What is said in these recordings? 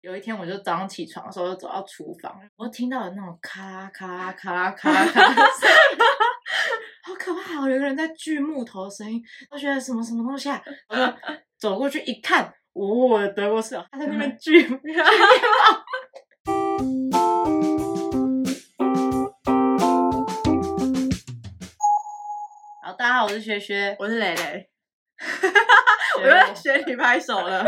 有一天，我就早上起床的时候，就走到厨房，我听到有那种咔啦咔啦 咔啦咔啦咔啦的声音，好可怕！哦有一个人在锯木头的声音，我觉得什么什么东西啊，我就走过去一看，我、的德国室友他在那边锯锯面包。好，大家好，我是学学，我是蕾蕾，我 我又在学你拍手 了。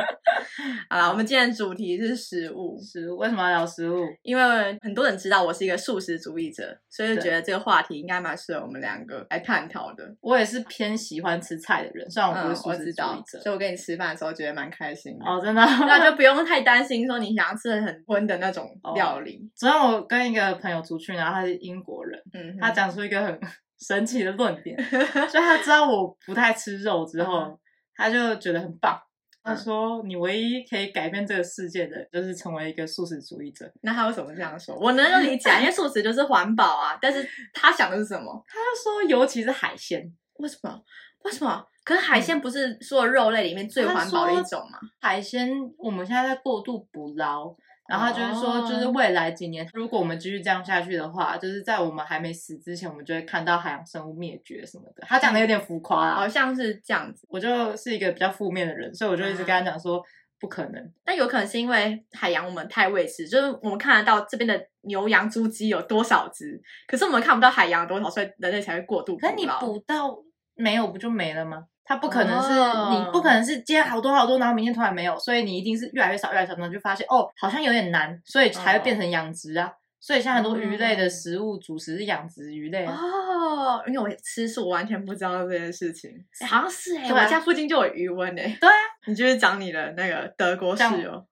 好啦，我们今天的主题是食物，食物，为什么要聊食物？因为很多人知道我是一个素食主义者，所以就对觉得这个话题应该蛮适合我们两个来探讨的。我也是偏喜欢吃菜的人，虽哦然我不嗯是，素我食知主道义，者。所以我跟你吃饭的时候觉得蛮开心的。哦，真的。那就不用太担心说你想要吃的很荤的那种哦料理。昨天我跟一个朋友出去，然后他是英国人，嗯哼，他讲出一个很 神奇的论点，就他知道我不太吃肉之后，他就觉得很棒。他嗯说：“你唯一可以改变这个世界的，就是成为一个素食主义者。 那他为什么这样说？我能够理解啊，因为素食就是环保啊。但是他想的是什么”？他就说：“尤其是海鲜，为什么？为什么？可是嗯海鲜不是所有肉类里面最环保的一种吗？海鲜我们现在在过度捕捞，然后他就是说，哦就是未来几年，如果我们继续这样下去的话，就是在我们还没死之前，我们就会看到海洋生物灭绝什么的。”他讲的有点浮夸啊，好像是这样子，我就是一个比较负面的人，所以我就一直跟他讲说、不可能。但有可能是因为海洋我们太喂食，就是我们看得到这边的牛羊猪鸡有多少只，可是我们看不到海洋有多少，所以人类才会过度可捕是你捞。捕到没有不就没了吗？它不可能是、哦你不可能是今天好多好多，然后明天突然没有，所以你一定是越来越少越来越少，然后就发现哦好像有点难，所以才会嗯变成养殖啊。所以现在很多鱼类的食物主食是养殖鱼类啊。哦，因为我吃素，我完全不知道这件事情。好像是哎、对啊我家附近就有余温哎、对啊，你就是讲你的那个德国室这友，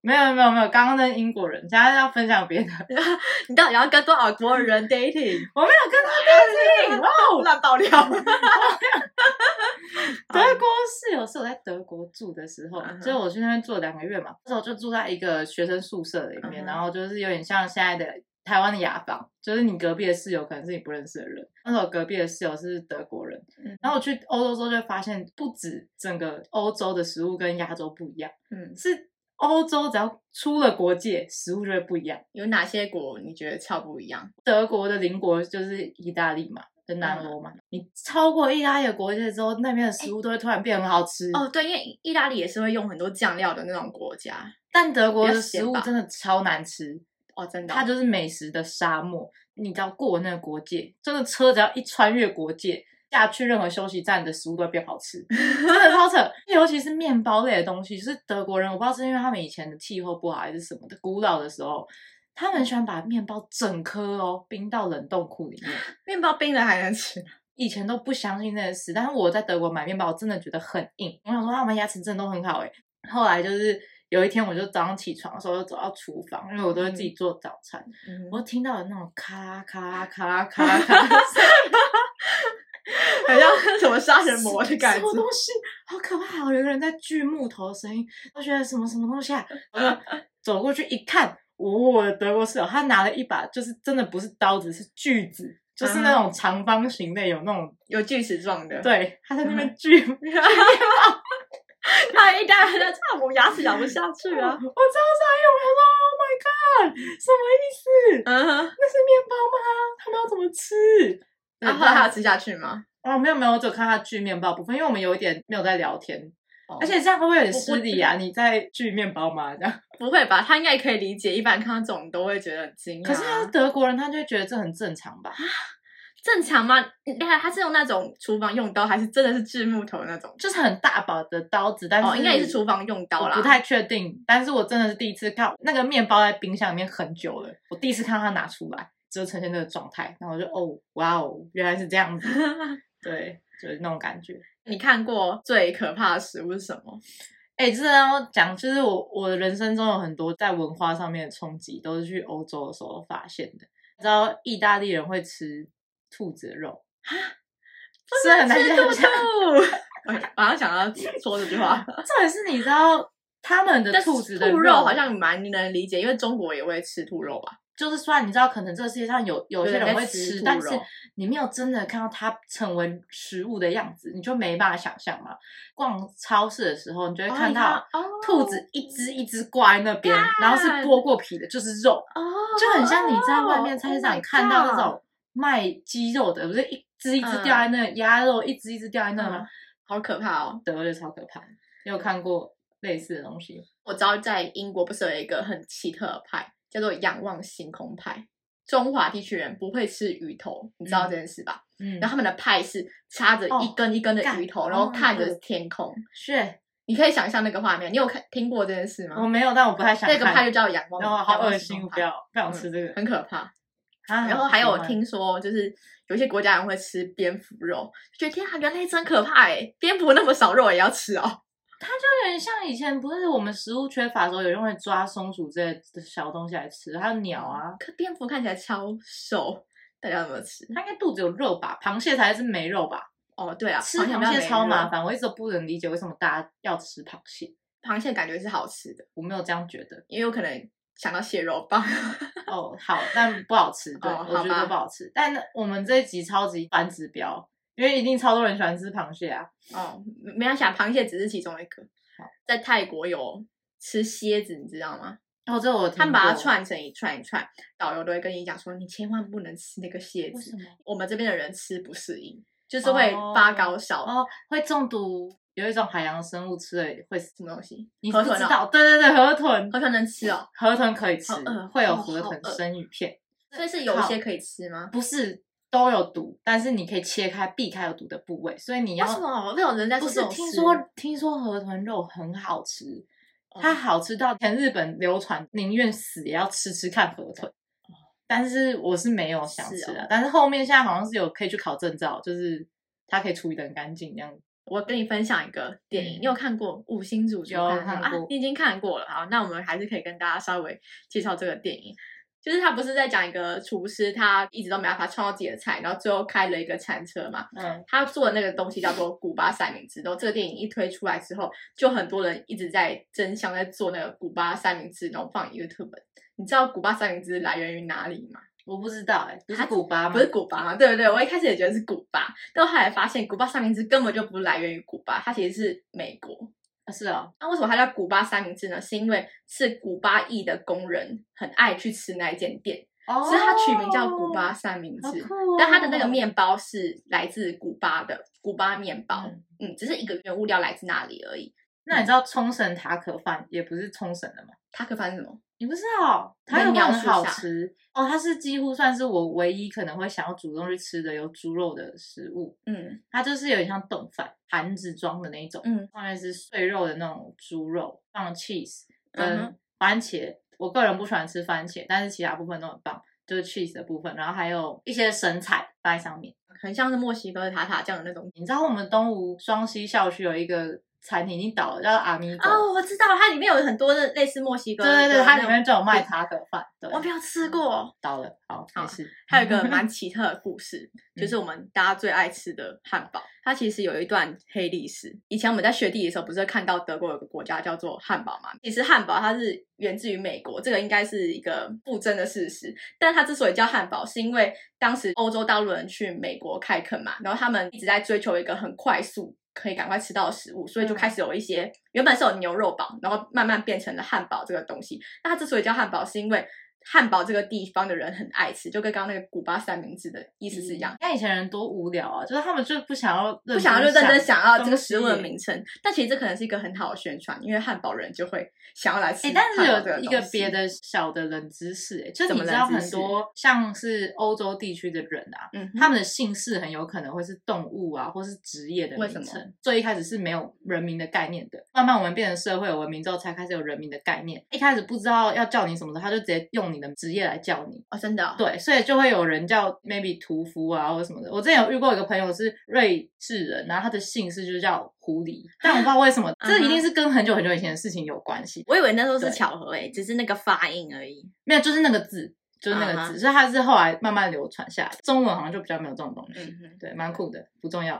没有没有没有，刚刚那英国人，现在要分享别的，你到底要跟多少国 人 dating？我没有跟他 dating 哇 哦，乱爆料。 德国室友是我在德国住的时候嗯哼就是我去那边住了两个月嘛，那时候就住在一个学生宿舍里面嗯哼然后就是有点像现在的台湾的雅房，就是你隔壁的室友可能是你不认识的人。那时候隔壁的室友是德国人，嗯然后我去欧洲之后就发现，不止整个欧洲的食物跟亚洲不一样，嗯，是欧洲只要出了国界，食物就会不一样。有哪些国你觉得超不一样？德国的邻国就是意大利嘛。跟南嗯欧嘛，你超过意大利的国界之后，那边的食物都会突然变很好吃哎哦，对，因为意大利也是会用很多酱料的那种国家。但德国比较的咸食物吧真的超难吃，哦，真的哦、它就是美食的沙漠。你只要过那个国界，这个车只要一穿越国界，下去任何休息站的食物都会变好吃，真的超扯。尤其是面包类的东西，就是德国人，我不知道是因为他们以前的气候不好还是什么的，古老的时候。他们喜欢把面包整颗哦冰到冷冻库里面，面包冰的还能吃。以前都不相信这件事，但是我在德国买面包，我真的觉得很硬。我想说，他们牙齿真的都很好诶、后来就是有一天，我就早上起床的时候，就走到厨房，因为我都会自己做早餐， 嗯我就听到有那种咔啦咔啦咔啦咔啦咔啦的声音很像 什么 杀人魔的感什觉么。东西，好可怕！哦有一个人在锯木头的声音，我觉得什么什么东西啊，我 就走过去一看，我的德国室友他拿了一把，就是真的不是刀子，是锯子，就是那啊种长方形的，有那种有锯齿状的，， 对，他在那嗯边锯。他一大人在唱，我牙齿咬不下去我啊我超傻眼，。我想说，Oh my god，什么意思？ 嗯 哼，那是面包吗？他们要怎么吃？然后他有吃下去吗？哦，没有没有，我只有看他锯面包部分，因为我们有一点没有在聊天，而而且且这样会不会有点失礼啊？你在锯面包吗？这样？不会吧？他应该也可以理解，一般看到这种都会觉得很惊讶。啊可是他是德国人，他就会觉得这很正常吧？正常吗？你看他是用那种厨房用刀，还是真的是锯木头那种？就是很大把的刀子，但是、哦，应该也是厨房用刀我啦。不太确定，但是我真的是第一次看那个面包在冰箱里面很久了，我第一次看到它拿出来，就呈现那个状态，然后我就哦，哇哦，原来是这样子，对，就是那种感觉。 你看过最可怕的食物是什么？哎、真的要讲，就是我我人生中有很多在文化上面的冲击，都是去欧洲的时候发现的。你知道意大利人会吃兔子的肉， 是很难啊吃想兔象。 兔。我马上想要说这句话，重点是你知道他们的 但是兔子的兔肉好像蛮能理解，因为中国也会吃兔肉吧？就是虽然你知道，可能这个世界上有有些人会有人在吃，吃但兔是肉你没有真的看到它成为食物的样子，你就没办法想象嘛。逛超市的时候，你就会哦看你到看哦兔子一只一只挂在那边，然后是干剥过皮的，就是肉，哦，就很像你在外面菜市 Oh 场 my 看到那 God 种卖鸡肉的，不是一只一只嗯掉在那，鸭肉一只一只掉在那吗？嗯好可怕哦。德就超可怕。你有看过类似的东西？我知道在英国不是有一个很奇特的派，叫做仰望星空派。中华地区人不会吃鱼头，你知道这件事吧？嗯，然后他们的派是插着哦一根一根的干鱼头， Oh 然后 my 看着 God 天空。是你可以想象那个画面，你有看听过这件事我吗？没有，但我不太想那个派看就叫仰望，然后好仰望恶星心，空不派，要不想吃这个。很可怕。啊嗯然后还我有不喜欢听说，就是有一些国家人会吃蝙蝠肉，就觉得天啊，人类真可怕哎，蝙蝠那么少肉也要吃哦。有点像以前不是我们食物缺乏的时候，有人会抓松鼠之类的小东西来吃，还有鸟啊，可蝙蝠看起来超瘦，大家有没有吃？它应该肚子有肉吧？螃蟹才是没肉吧？哦，对啊，吃螃蟹比螃较蟹没超肉麻，烦，我一直都不能理解为什么大家要吃螃蟹，螃蟹感觉是好吃的，我没有这样觉得。也有可能想到蟹肉棒。 哦，好，但不好吃，对、哦我好觉得吧不好吃。但我们这一集超级反指标，因为一定超多人喜欢吃螃蟹啊。哦，没没关系啊，螃蟹只是其中一个好。在泰国有吃蝎子，你知道吗？哦，这我有听他们把它过，串成一串一串，导游都会跟你讲说，你千万不能吃那个蝎为子什。么？我们这边的人吃不适应，就是会发高烧。哦，会中毒，有一种海洋生物吃了会死，什么东西？你不河知豚哦，道？对对对，河豚，河豚能吃哦，河豚可以吃好饿，会有哦河好豚饿生鱼片，所以是有一些可以吃吗？不是都有毒，但是你可以切开避开有毒的部位，所以你为要什么会有人在不做是这种听事说听说河豚肉很好吃，它哦好吃到全日本流传，宁愿死也要吃吃看河豚。但是我哦是没有想是吃的，哦但是后面现在好像是有可以去考证照，就是它可以处理的很干净这样子。我跟你分享一个电影，嗯你有看过《五星主厨》有吗？看过啊，你已经看过了。好，那我们还是可以跟大家稍微介绍这个电影。就是他不是在讲一个厨师，他一直都没办法创造自己的菜，然后最后开了一个餐车嘛。嗯，他做的那个东西叫做古巴三明治。然后这个电影一推出来之后，就很多人一直在争相在做那个古巴三明治，然后放 YouTube。你知道古巴三明治来源于哪里吗？我不知道哎、不是它古巴吗？不是古巴吗？对不对？我一开始也觉得是古巴，但我后来发现古巴三明治根本就不来源于古巴，它其实是美国。啊，是哦，那为什么它叫古巴三明治呢？是因为是古巴裔的工人很爱去吃那一间店，哦所以它取名叫古巴，三明好治。酷哦但它的那个面包是来自古巴的古巴面包，嗯嗯只是一个原物料来自那里而已。那你知道冲绳塔可饭也不是冲绳的吗？塔可饭是什么？你不知道，它有能描很述好下吃哦，它是几乎算是我唯一可能会想要主动去吃的有猪肉的食物。嗯，它就是有点像冻饭，盘子装的那一种，嗯，上面是碎肉的那种猪肉，放 cheese 嗯跟哼番茄。我个人不喜欢吃番茄，但是其他部分都很棒，就是 cheese 的部分，然后还有一些生菜放在上面。很像是墨西哥塔塔酱的那种。你知道我们东吴双溪校区有一个餐厅已经倒了，叫阿米狗。哦，我知道，它里面有很多的类似墨西哥对的那对种，对，它里面就有卖塔可饭，对，我没有吃过。倒了，好，好没事。还 有一个蛮奇特的故事，哦嗯就是我们大家最爱吃的汉堡，它其实有一段黑历史。以前我们在学地理的时候，不是看到德国有个国家叫做汉堡嘛？其实汉堡它是源自于美国，这个应该是一个不争的事实。但它之所以叫汉堡，是因为当时欧洲大陆人去美国开垦嘛，然后他们一直在追求一个很快速。可以赶快吃到的食物，所以就开始有一些原本是有牛肉堡，然后慢慢变成了汉堡这个东西。那它之所以叫汉堡，是因为汉堡这个地方的人很爱吃，就跟刚刚那个古巴三明治的意思是一样。嗯那以前人多无聊啊，就是他们就不想要认真不想要就认真想哦要这个东西食物的耶名称，但其实这可能是一个很好的宣传，因为汉堡人就会想要来吃哎、汉堡但这东西。是有一个别的小的冷知识、哎，就是怎你么知冷道知很识多像是欧洲地区的人啊，嗯哼，他们的姓氏很有可能会是动物啊，或是职业的为名什么称。最一开始是没有人名的概念的，慢慢我们变成社会有文明之后，才开始有人名的概念。一开始不知道要叫你什么的，他就直接用你的职业来叫你。哦，真的、哦，对，所以就会有人叫 maybe 屠夫啊，或者什么的。我之前有遇过一个朋友是瑞士人，然后他的姓氏就是叫狐狸，但我不知道为什么，嗯这一定是跟很久很久以前的事情有关系。我以为那时候是对巧合诶、只是那个发音而已。没有，就是那个字，就是那个啊字哈所以它是后来慢慢流传下来。中文好像就比较没有这种东西，嗯哼，对，蛮酷的，不重要。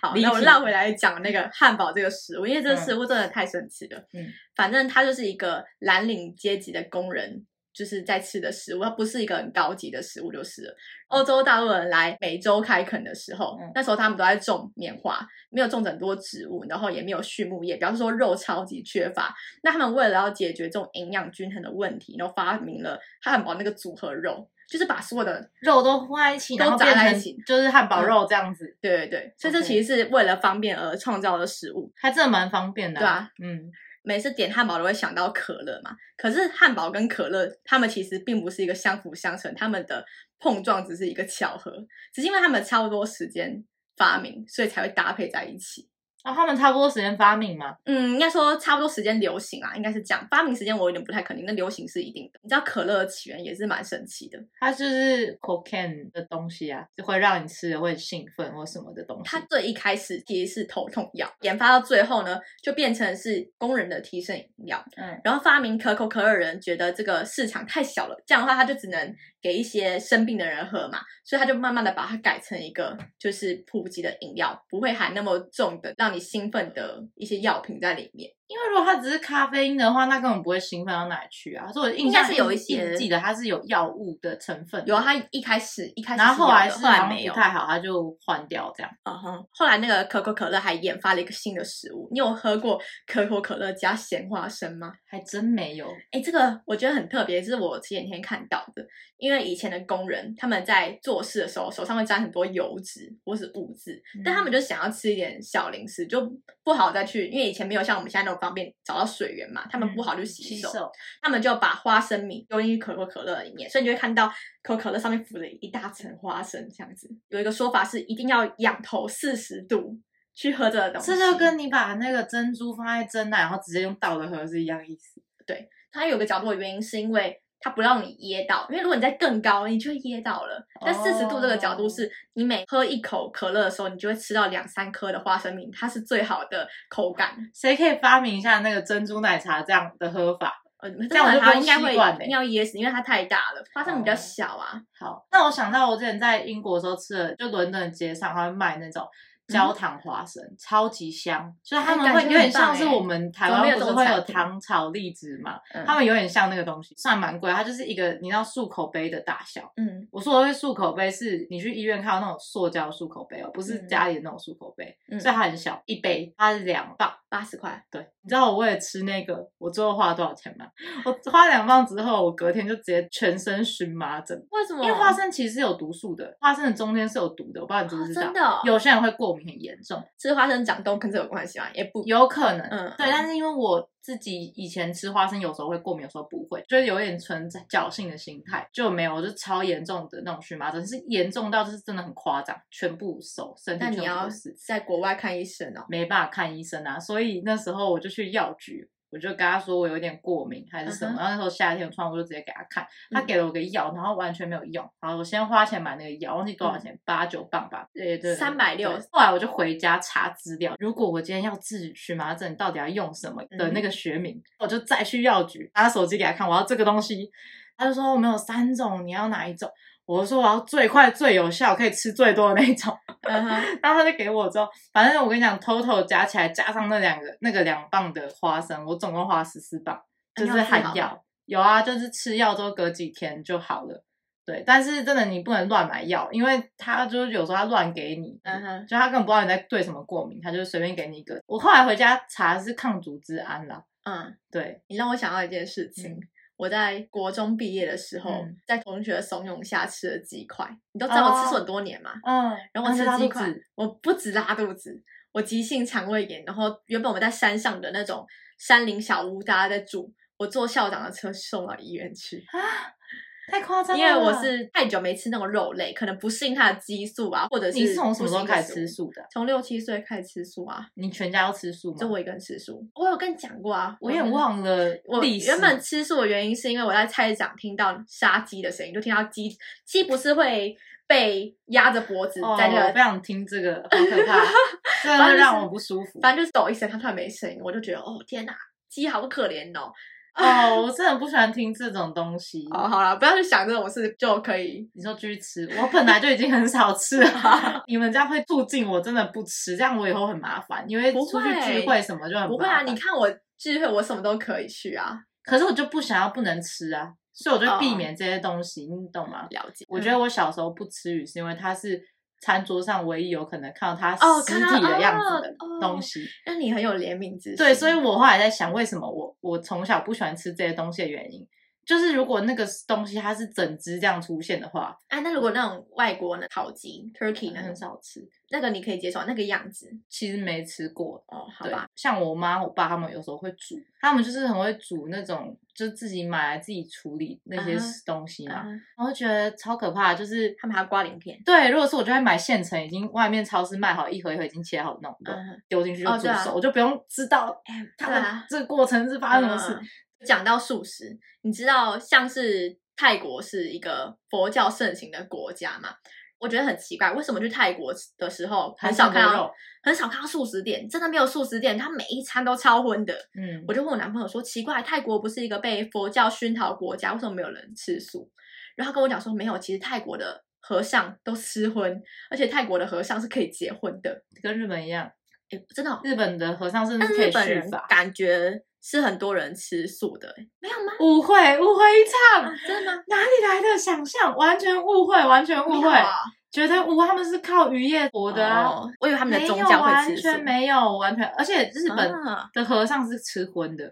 好，离那我题绕回来讲那个汉堡这个食物，因为这个食物真的太神奇了。嗯，反正它就是一个蓝领阶级的工人就是在吃的食物，它不是一个很高级的食物就是了。欧洲大陆人来美洲开垦的时候，嗯那时候他们都在种棉花，没有种很多植物，然后也没有畜牧业，表示说肉超级缺乏。那他们为了要解决这种营养均衡的问题，然后发明了汉堡那个组合肉，就是把所有的肉都混在一起，都然后炸变在一成起嗯就是汉堡肉这样子，对对对，所以这 OK 其实是为了方便而创造的食物。还真的蛮方便的、对啊，嗯，每次点汉堡都会想到可乐嘛，可是汉堡跟可乐它们其实并不是一个相辅相成，它们的碰撞只是一个巧合，只是因为它们差不多时间发明，所以才会搭配在一起。然、后他们差不多时间发明嘛，嗯，应该说差不多时间流行啊，应该是这样。发明时间我有点不太肯定，但流行是一定的。你知道可乐的起源也是蛮神奇的，它就是 cocaine 的东西啊，就会让你吃的会兴奋或什么的东西它。最一开始其实是头痛药，研发到最后呢，就变成是工人的提神饮料。嗯，然后发明可口可乐的人觉得这个市场太小了，这样的话他就只能给一些生病的人喝嘛，所以他就慢慢的把它改成一个就是普及的饮料，不会含那么重的让你兴奋的一些药品在里面。因为如果它只是咖啡因的话，那根本不会兴奋到哪里去啊。所以我印象应该是有一些直记得它是有药物的成分，有啊，他一开始一开始然是后后来有是的好后来像没有不，太好，它就换掉这样。嗯哼，后来那个可口可乐还研发了一个新的食物，你有喝过可口可乐加咸花生吗？还真没有，哎，这个我觉得很特别，这是我前几天看到的。因为以前的工人他们在做事的时候，手上会沾很多油脂或是污渍，但嗯他们就想要吃一点小零食，就不好再去，因为以前没有像我们现在那么方便找到水源嘛，他们不好去嗯洗洗手，手，他们就把花生米丢进去可口可乐里面，所以你就会看到可口可乐上面浮了一大层花生这样子。有一个说法是一定要仰头四十度去喝这个东西，这就跟你把那个珍珠放在蒸奶，然后直接用倒的喝是一样意思。它有个角度的原因是因为它不让你噎到，因为如果你在更高，你就会噎到了。但四十度这个角度哦是你每喝一口可乐的时候，你就会吃到两三颗的花生米，它是最好的口感。谁可以发明一下那个珍珠奶茶这样的喝法？呃，这样我就不它用应该吸会管嘞一定要噎死，因为它太大了，花生米比较哦小啊。好，那我想到我之前在英国的时候吃的，就伦敦的街上还会卖那种焦糖花生，超级香，所以他们嗯哎会感有觉点很棒像是哎我们台怎么湾没有不这是种会产有品糖炒栗子嘛，嗯他们有点像那个东西，算蛮贵，它就是一个你知道漱口杯的大小。嗯我说的漱口杯是你去医院看到那种塑胶漱口杯哦，不是嗯家里的那种漱口杯，嗯所以它很小，一杯它是两磅。八十块，对，你知道我为了吃那个，我最后花了多少钱吗？我花两磅之后，我隔天就直接全身荨麻疹，为什么？因为花生其实是有毒素的，花生的中间是有毒的，我不知道你知不哦知道。真的哦有些人会过敏很严重，吃花生长痘跟这有关系吗？也不有可能。嗯对，嗯但是因为我自己以前吃花生，有时候会过敏，有时候不会，就是有点存在侥幸的心态，就没有，我就超严重的那种荨麻疹，是严重到就是真的很夸张，全部手、身体那全你部要都是，在国外看医生哦。没办法看医生啊。所以那时候我就去药局，我就跟他说我有点过敏还是什么嗯。哼然后那时候夏天我穿，我就直接给他看，他嗯给了我个药，然后完全没有用。然后我先花钱买那个药，忘记多嗯少钱，八九磅吧，对对， 360对后来我就回家查资料，如果我今天要治荨麻疹，到底要用什么的嗯那个学名，我就再去药局拿手机给他看，我要这个东西。他就说我们有三种，你要哪一种？我就说我要最快、最有效、可以吃最多的那一种。嗯哼，然后他就给我之后，反正我跟你讲，total 加起来加上那两个那个两磅的花生，我总共花十四磅，那就你是有治好含吗药。有啊，就是吃药之后隔几天就好了。对，但是真的你不能乱买药，因为他就是有时候他乱给你，嗯哼就他根本不知道你在对什么过敏，他就随便给你一个。我后来回家查是抗组织胺啦，嗯。对，你让我想到一件事情。嗯我在国中毕业的时候，嗯在同学的怂恿下吃了鸡块。你都知道我吃素很多年嘛，嗯，然后我吃拉肚鸡块子，，我不止拉肚子，我急性肠胃炎。然后原本我们在山上的那种山林小屋，大家在住，我坐校长的车送到医院去。太夸张了。因为我是太久没吃那种肉类，可能不适应它的激素啊，或者你是从什不么时候适应开的始食物吃？素的？从六七岁开始吃素啊，你全家要吃素吗就？我一个人吃素。我有跟你讲过啊，我也跟忘了我历史，原本吃素的原因是因为我在菜市场听到杀鸡的声音，就听到鸡鸡不是会被压着脖子哦在我那不个，想听这个，好可 怕，真的反会正让就是我不舒服。反正就是抖一声，它突然没声音，我就觉得哦天哪，鸡好可怜哦。哦，我真的不喜欢听这种东西。哦，好了，不要去想这种事就可以。你说继续吃，我本来就已经很少吃 了，你们这样会促进我真的不吃，这样我以后很麻烦，因为不出去聚会会什么就很不会麻啊，烦你看我聚会，我什么都可以去啊。可是我就不想要不能吃啊，所以我就避哦嗯免这些东西，你懂吗？了解。我觉得我小时候不吃鱼，是因为它是餐桌上唯一有可能看到它哦实看到体的样子的哦哦东西。那你很有怜悯之心。对，所以我后来在想，为什么我我从小不喜欢吃这些东西的原因，就是如果那个东西它是整只这样出现的话，啊，那如果那种外国的烤鸡 turkey 你那很种，少吃。那个你可以接受那个样子其实没吃过，哦，好对吧。，像我妈、我爸他们有时候会煮，他们就是很会煮那种，就自己买来自己处理那些啊哈东西嘛啊，然后觉得超可怕，就是他们还要刮鳞片，对，如果是我就会买现成，已经外面超市卖好一盒一盒已经切好那种的，嗯，丢进去就哦煮熟，对啊我就不用知道哎，他对们啊这个过程是发生什么事。嗯讲到素食，你知道像是泰国是一个佛教盛行的国家嘛？我觉得很奇怪，为什么去泰国的时候很韩少式看牛到肉，很少看到素食店，真的没有素食店，它每一餐都超荤的。嗯我，就问我男朋友说，奇怪，泰国不是一个被佛教熏陶国家，为什么没有人吃素？然后他跟我讲说，没有，其实泰国的和尚都吃荤，而且泰国的和尚是可以结婚的。跟日本一样，哎，真的哦、日本的和尚甚但至嗯是可以日本续人法。感觉是很多人吃素的，诶没有吗？误会，误会一场，啊，真的吗？哪里来的想象？完全误会，完全误没有会，啊觉得误他们是靠渔业活的啊，哦我以为他们没的有宗教会完吃素。全没有，完全，而且日本啊的和尚是吃荤的，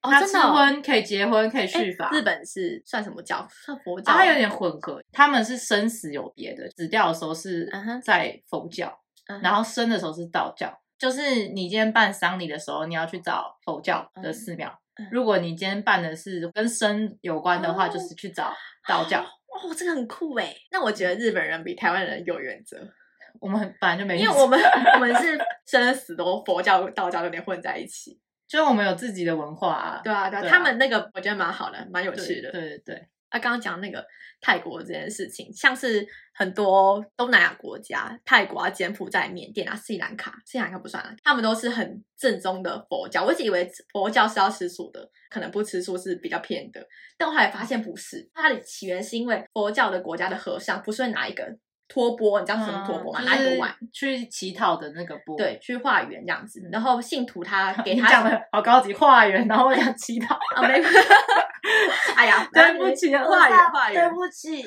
哦，他真吃的哦荤可以结婚，可以诶续法。日本是算什么教？算佛教？啊，它有点混合，他们是生死有别的，死掉的时候是嗯哼在佛教嗯然后生的时候是道教。就是你今天办丧礼的时候，你要去找佛教的寺庙；嗯嗯如果你今天办的是跟生有关的话，哦就是去找道 教。哦，这个很酷哎。那我觉得日本人比台湾人有原则，我们本来就没意因思，为我们我们是生死都佛教道教有点混在一起。就是我们有自己的文化啊，对啊，对啊，对啊他们那个我觉得蛮好的，蛮有对趣的。对对对，啊，刚刚讲那个泰国这件事情，像是很多东南亚国家，泰国啊、柬埔寨、缅甸啊、斯里兰卡，斯里兰卡不算啊，他们都是很正宗的佛教。我一直以为佛教是要吃素的，可能不吃素是比较偏的，但我后来发现不是，它的起源是因为佛教的国家的和尚不是会拿一个托钵，你知道什么托钵吗？嗯拿一个碗，就是去乞讨的那个钵。对，去化缘这样子嗯。然后信 徒他给你他讲的好高级，化缘，然后我 想乞讨，啊，没， 哎呀，对不起，化缘化缘对。不起，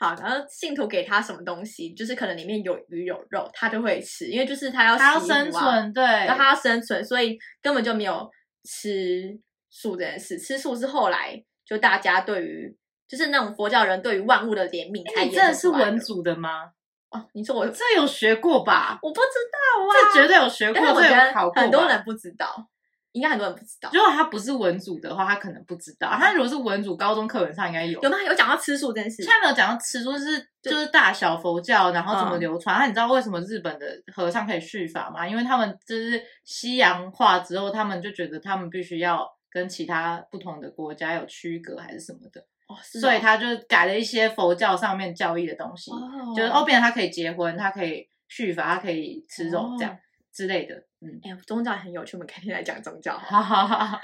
好，然后信徒给他什么东西，就是可能里面有鱼有肉，他就会吃，因为就是他要他要习俗啊生，存，对，然后他要生存，所以根本就没有吃素这件事。吃素是后来就大家对于就是那种佛教人对于万物的怜悯才哎，你衍真的生是出来文组的吗？哦？你说我我这有学过吧？不知这道啊，绝对有学过，但是我这觉有考得过吧。很多人不知道，应该很多人不知道。如果他不是文组的话，他可能不知道。他如果是文组，高中课本上应该有。有吗？有讲到吃素这件事现？在没有讲到吃，就是就是大小佛教，然后怎么嗯流传。那、你知道为什么日本的和尚可以续法吗？因为他们就是西洋化之后，他们就觉得他们必须要跟其他不同的国家有区隔还是什么的，哦，是所以哦他就改了一些佛教上面教义的东西。哦就是哦，变成他可以结婚，他可以续法，他可以吃肉、哦这样之类的。 嗯，哎、宗教也很有趣，我们改天来讲宗教好了。哈哈嗯哈。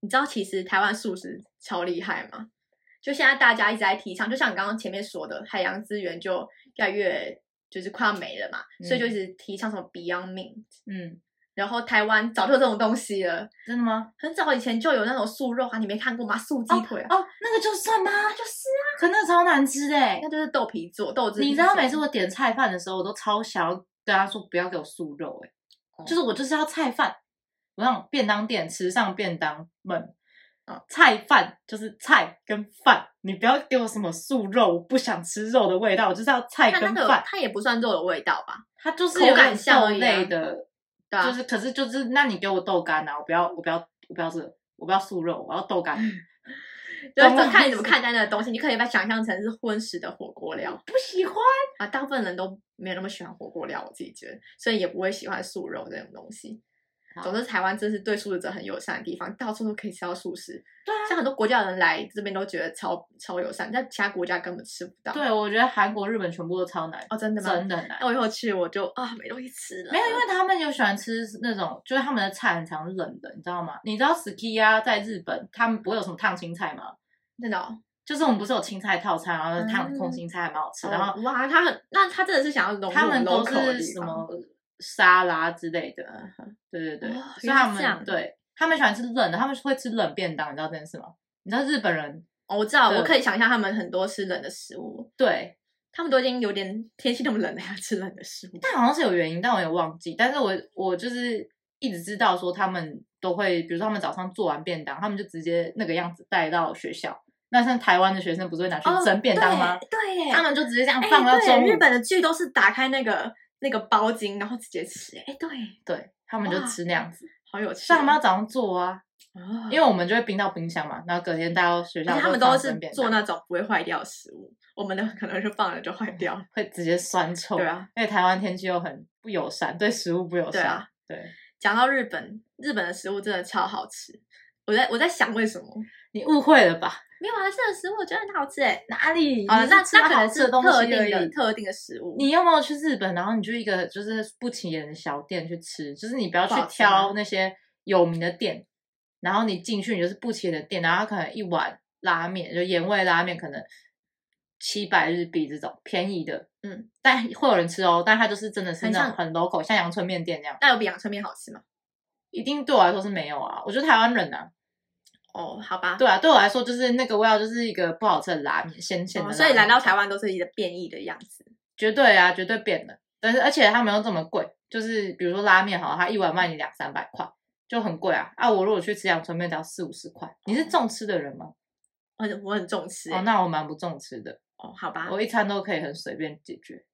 你知道其实台湾素食超厉害吗？就现在大家一直在提倡，就像你刚刚前面说的，海洋资源就越来越就是快要没了嘛，嗯所以就一直提倡什么 Beyond Meat，嗯，然后台湾早就有这种东西了，真的吗？很早以前就有那种素肉啊，你没看过吗？素鸡腿啊，哦，那个就算吗？就是啊，可那个超难吃的欸那、。就是豆皮做豆制品做。你知道每次我点菜饭的时候，我都超想要跟他说不要给我素肉、欸，哦就是我就是要菜饭。我让便当店吃上便当们，嗯菜饭就是菜跟饭，你不要给我什么素肉，我不想吃肉的味道，我就是要菜它那跟个饭。它也不算肉的味道吧？它就是口有感点像豆而已啊类的，对啊就是可是就是，那你给我豆干啊，我不要我不要我不要这个，我不要素肉，我要豆嗯干，就是懂我看意你怎么思看待那个东西，你可以把它想象成是荤食的火锅料。不喜欢。啊，大部分人都没有那么喜欢火锅料，我自己觉得，所以也不会喜欢素肉这种东西。好总之，台湾真是对素食者很友善的地方，到处都可以吃到素食。对啊像很多国家的人来这边都觉得超超友善，但其他国家根本吃不到。，对，我觉得韩国、日本全部都超难，哦，真的吗？真的很难那。我以后去我就啊，没东西吃了。没有，因为他们有喜欢吃那种，就是他们的菜很常是冷的，你知道吗？你知道 ski 啊，在日本他们不会有什么烫青菜吗？真的哦。就是我们不是有青菜套餐，然后烫嗯空心菜还蛮好吃，哦然后哇，他很，那他真的是想要融入他们都 local 的是地什方呃么沙拉之类的，对对对哦，所以他原来是这样们对他们喜欢吃冷的，他们会吃冷便当，你知道这件事吗？你知道日本人哦我知道，对我可以想象他们很多吃冷的食物，对，他们都已经有点天气那么冷了，还要吃冷的食物。但好像是有原因，但我也忘记。但是我我就是一直知道说他们都会，比如说他们早上做完便当，他们就直接那个样子带到学校。那像台湾的学生不是会拿去蒸便当吗？？哦对耶，他们就直接这样哎放到对中午，日本的剧都是打开那个那个包巾，然后直接吃。哎，对，对他们就哇吃那样子。好有趣哦。像他们要早上做啊，哦，因为我们就会冰到冰箱嘛，然后隔天带到学校而就且他放们成便当，都是做那种不会坏掉的食物，我们的可能就放了就坏 掉了。会直接酸臭。对啊，因为台湾天气又很不友善，对食物不友善。对啊，对讲到日本，日本的食物真的超好吃。我在我在想为什么？你误会了吧？没有啊，这个食物我觉得很好吃哎。哪里？好了，你那吃那可好能吃是东西特而定的已特定的食物。你有没有去日本？然后你去一个就是不起眼的小店去吃，就是你不要去不好吃挑吗那些有名的店，然后你进去你就是不起眼的店，然后它可能一碗拉面就盐味拉面可能七百日币这种便宜的，嗯，但会有人吃哦，但它就是真的是很那种像很 local，像阳春面店那样，那有比阳春面好吃吗？一定对我来说是没有啊，我觉得台湾人啊，哦，好吧，对啊，对我来说就是那个味道就是一个不好吃的拉面，鲜鲜的拉哦面、所以来到台湾都是一个变异的样子。绝对啊，绝对变的。但是而且它没有这么贵，就是比如说拉面好了，它一碗卖你两三百块，就很贵啊。啊，我如果去吃阳春面，只要四五十块。你是重吃的人吗？我很我很重视欸哦，那我蛮不重吃的，哦，好吧，我一餐都可以很随便解决。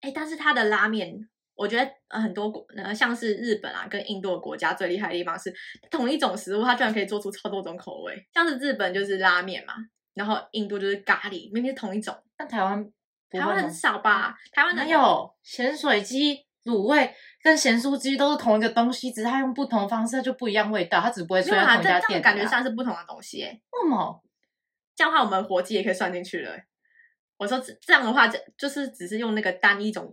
哎、但是它的拉面，我觉得呃很多国，呃，像是日本啊跟印度的国家最厉害的地方是，同一种食物它居然可以做出超多种口味。像是日本就是拉面嘛，然后印度就是咖喱，明明是同一种，但台湾不台会湾吗很？少吧？台湾的哪有咸水鸡、卤味跟咸酥鸡都是同一个东西，只是它用不同的方式它就不一样味道，它只不会出没有在啦，同这一家这店样里啊。感觉像是不同的东西、欸。为什么？这样的话，我们火鸡也可以算进去了欸、我说这这样的话，这就是只是用那个单一种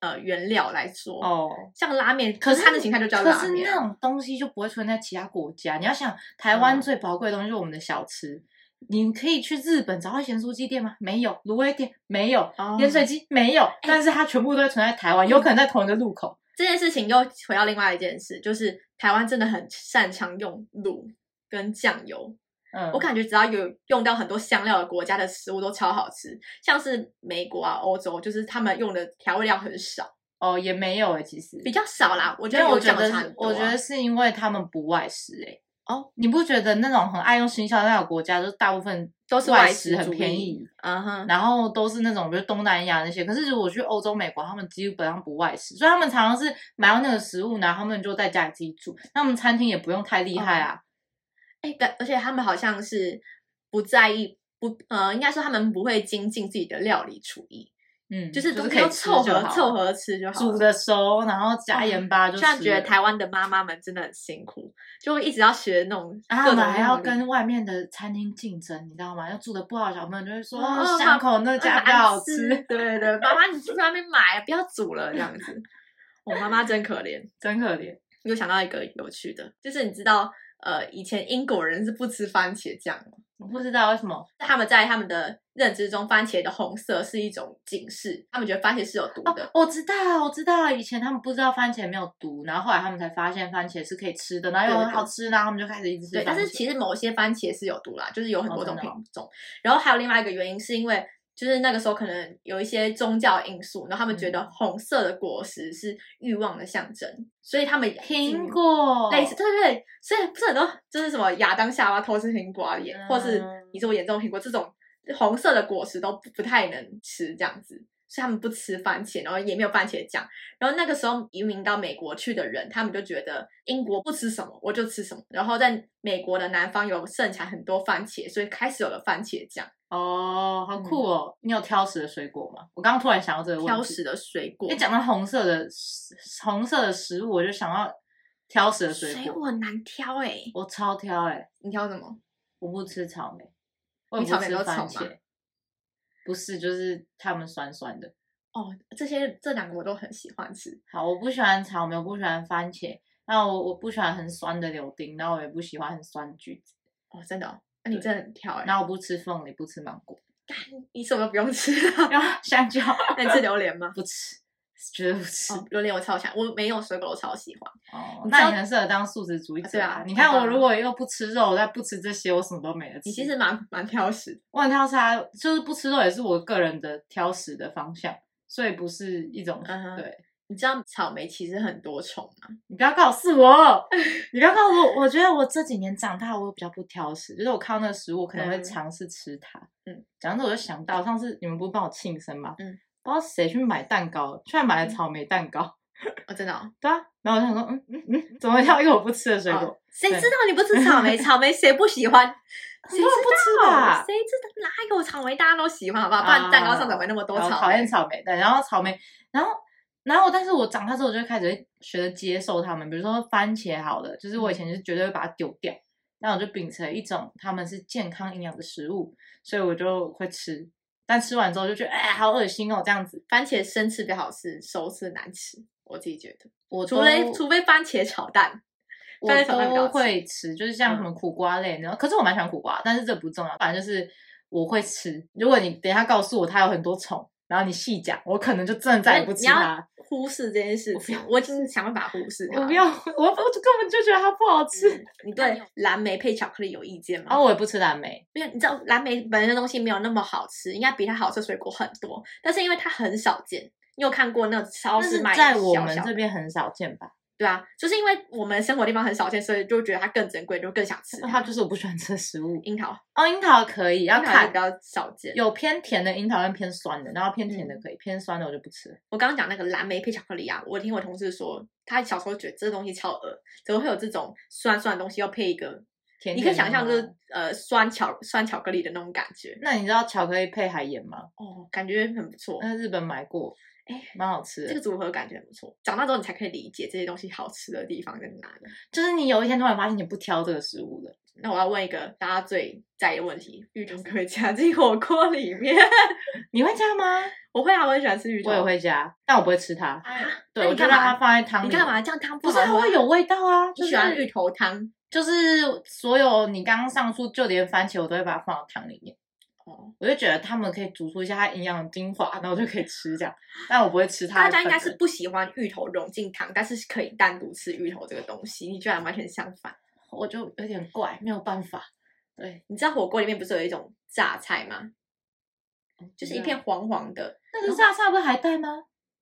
呃原料来做。哦，像拉面，可是它的形态就叫可拉是面那啊。种东西就不会出现在其他国家。你要想，台湾嗯最宝贵的东西就是我们的小吃。你可以去日本找到咸酥鸡店吗？没有，卤味店没有，哦嗯盐水鸡没有，但是它全部都会存在台湾，有可能在同一个路口。这件事情又回到另外一件事，就是台湾真的很擅长用卤跟酱油。嗯，我感觉只要有用到很多香料的国家的食物都超好吃，像是美国啊、欧洲，就是他们用的调味料很少，哦也没有哎、其实比较少啦。我觉因为得有我觉酱得的差很是，多啊、我觉得是因为他们不外食哎、哦，你不觉得那种很爱用新香料的国家，就是大部分都是外外食很主义便宜，嗯哼，然后都是那种，比如东南亚那些。可是如果去欧洲、美国，他们基本上不外食，所以他们常常是买到那个食物，然后他们就在家里自己煮。那我们餐厅也不用太厉害啊，哎、对，而且他们好像是不在意。不，呃，应该说他们不会精进自己的料理厨艺，嗯，就是是都东西可以都吃凑就合好凑合吃就好了。煮的熟，然后加盐巴就 突吃了。然觉得台湾的妈妈们真的很辛苦，就一直要学那种啊，各我种们还要料理跟外面的餐厅竞争，你知道吗？要煮的不好，小朋友就会说哦哦巷口那家比较好那个爱吃，对对，妈妈你去外面买，啊不要煮了这样子。我妈妈真可怜。真可怜。又想到一个有趣的，就是你知道，呃，以前英国人是不吃番茄酱的，我不知道为什么他们在他们的认知中，番茄的红色是一种警示，他们觉得番茄是有毒哦的。，我知道，我知道，以前他们不知道番茄没有毒，然后后来他们才发现番茄是可以吃的，然后又对对很好吃，然后他们就开始一直吃对，番茄。但是其实某些番茄是有毒啦，就是有很哦多真种的品哦种。然后还有另外一个原因，是因为就是那个时候可能有一些宗教因素，然后他们觉得嗯红色的果实是欲望的象征，所以他们苹果类似，对对对，所以不是很多就是什么亚当夏娃偷吃苹果啊，也、或是嗯你是我眼中的苹果这种红色的果实都不不太能吃这样子。所以他们不吃番茄，然后也没有番茄酱。然后那个时候移民到美国去的人，他们就觉得英国不吃什么我就吃什么。然后在美国的南方有盛产很多番茄，所以开始有了番茄酱。哦，好酷哦！你有挑食的水果吗？我刚刚突然想到这个问题。嗯挑食的水果，一讲到红色的食红色的食物，我就想到挑食的水水果。果很难挑哎、我超挑哎、你挑什么？我不吃草莓，我也你不草莓吃都番臭吗茄。不是，就是它们酸酸的。哦，这些这两个我都很喜欢吃。好，我不喜欢草莓，我不喜欢番茄，那我我不喜欢很酸的柳丁，然后我也不喜欢很酸的橘子，哦，真的、哦，那你真的很挑哎、然后我不吃凤梨，不吃芒果， 你什么都不用吃、啊，然后香蕉那你吃榴莲吗？不吃，绝对不吃。哦榴莲我超喜欢，我没有水果我超喜欢。哦，你知那道你很适合当素食主义者、对啊你看很棒我如果又不吃肉，再不吃这些，我什么都没得吃。你其实蛮蛮挑食的，我很挑食啊，就是不吃肉也是我个人的挑食的方向，所以不是一种、嗯哼对。你知道草莓其实很多虫吗？你不要告诉 我，你不要告诉我。我觉得我这几年长大，我比较不挑食，就是我看到那个食物，我可能会嗯尝试吃它。嗯，讲到这我就想到上次你们不是帮我庆生吗？嗯，不知道谁去买蛋糕，居然买了嗯草莓蛋糕。哦，真的哦，对啊，然后我就想说，嗯嗯嗯，怎么要一个我不吃的水果？哦谁对知道你不 吃草莓？草莓谁不喜欢？很谁多人知不吃道？吧？谁知道哪有草莓大家都喜欢？好不好？不然蛋糕上怎么那么多然后草啊讨厌莓？草莓，对，然后草莓，然后然后，但是我长大之后我就开始会学着接受它们，比如说番茄好了，就是嗯我以前是绝对会把它丢掉，但我就秉持了一种它们是健康营养的食物，所以我就会吃。但吃完之后就觉得，哎，好恶心哦，这样子。番茄生吃比较好吃，熟吃难吃。我自己觉得，我除非都除非番茄炒蛋，我番茄炒蛋比较都嗯好吃。会吃，就是像什么苦瓜类，然后可是我蛮喜欢苦瓜，但是这不重要，反正就是我会吃。如果你等一下告诉我它有很多虫，然后你细讲，我可能就真的再也不哎你吃它要。忽视这件事情我，不要我已经想办法忽视它。我不要，我我根本就觉得它不好吃。嗯。你对蓝莓配巧克力有意见然吗？后我也不吃蓝莓，因为你知道蓝莓本身的东西没有那么好吃，应该比它好吃的水果很多，但是因为它很少见。你有看过那种超但市是卖在我小们小这边很少见吧？对啊，就是因为我们生活地方很少见，所以就觉得它更珍贵，就更想吃那哦它就是我不喜欢吃的食物。樱桃，哦，樱桃可以，要啊樱桃也看比较少见。有偏甜的樱桃跟偏酸的，然后偏甜嗯的可以，偏酸的我就不吃了。我刚刚讲那个蓝莓配巧克力啊，我听我同事说，他小时候觉得这东西超恶，怎么会有这种酸酸的东西要配一个？甜你可以甜的想象，就是吗呃酸巧酸巧克力的那种感觉，那你知道巧克力配海盐吗？哦，感觉很不错。那日本买过，哎蛮好吃这的个。组合感觉很不错，长大之后你才可以理解这些东西好吃的地方在哪里。就是你有一天突然发现你不挑这个食物了，那我要问一个大家最在意的问题：芋头可不可以加进火锅里面？你会加吗？我会啊，我很喜欢吃芋头。我也会加，但我不会吃它。啊，对，那我你就干让它嘛？放在汤里。你干？嘛这样汤不是，好它喝会有味道啊。你就是喜欢芋头汤就是所有你刚刚上述就连番茄，我都会把它放到汤里面。哦？我就觉得他们可以煮出一下它营养的精华，然后我就可以吃这样，但我不会吃它大的本家人。应该是不喜欢芋头融进汤，但是可以单独吃芋头这个东西。你居然完全相反。我就有点怪，没有办法，对，你知道火锅里面不是有一种榨菜吗？就是一知道片黄黄的，那个榨菜不是还带吗？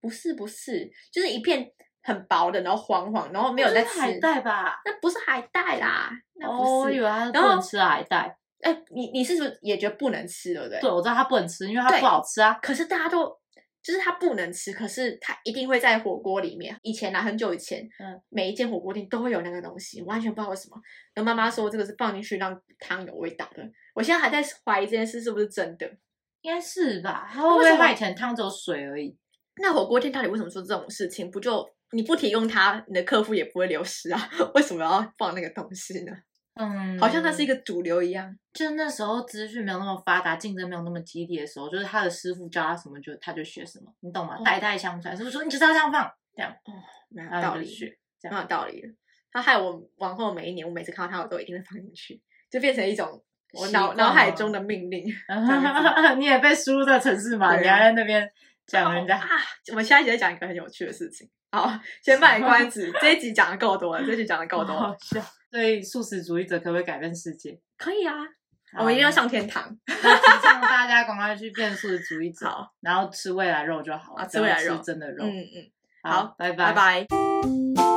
不是不是，就是一片很薄的，然后黄黄，然后没有那在是吃。海带吧？那不是海带啦，那哦，不我是。以为它是不然后能吃的海带。哎、你你是不是也觉得不能吃，对不对？对，。我知道它不能吃，因为它对不好吃啊。可是大家都就是它不能吃，可是它一定会在火锅里面。以前啊，很久以前，嗯，每一间火锅店都会有那个东西，完全不知道为什么。然后妈妈说这个是放进去让汤有味道的，我现在还在怀疑这件事是不是真的。应该是吧？它会不为什会么它以前汤只有水而已？那火锅店到底为什么做这种事情？不就你不提供它，你的客户也不会流失啊？ 为什么要放那个东西呢？嗯，好像它是一个，个主流一样。就那时候资讯没有那么发达，竞争没有那么激烈的时候，就是他的师傅教他什么就他就学什么，你懂吗哦？代代相传，是不是说你就是要这样放，蛮有然后道你理就的，学。这样蛮有道理的。它害我往后每一年，我每次看到它，我都一定会放进去，就变成一种我习脑惯脑海吗中的命令。 你也被输入到城市嘛？对啊你还在那边讲人啊家，！我们下一集再讲一个很有趣的事情。好，先卖关子，这一集讲的够多了，这一集讲的够多好了，笑。所以素食主义者可不可以改变世界？可以啊，我们一定要上天堂。那提倡大家赶快去变素食主义者， 好，然后吃未来肉就好啊了，吃未来不要肉吃真的肉嗯。嗯，好拜拜拜。拜。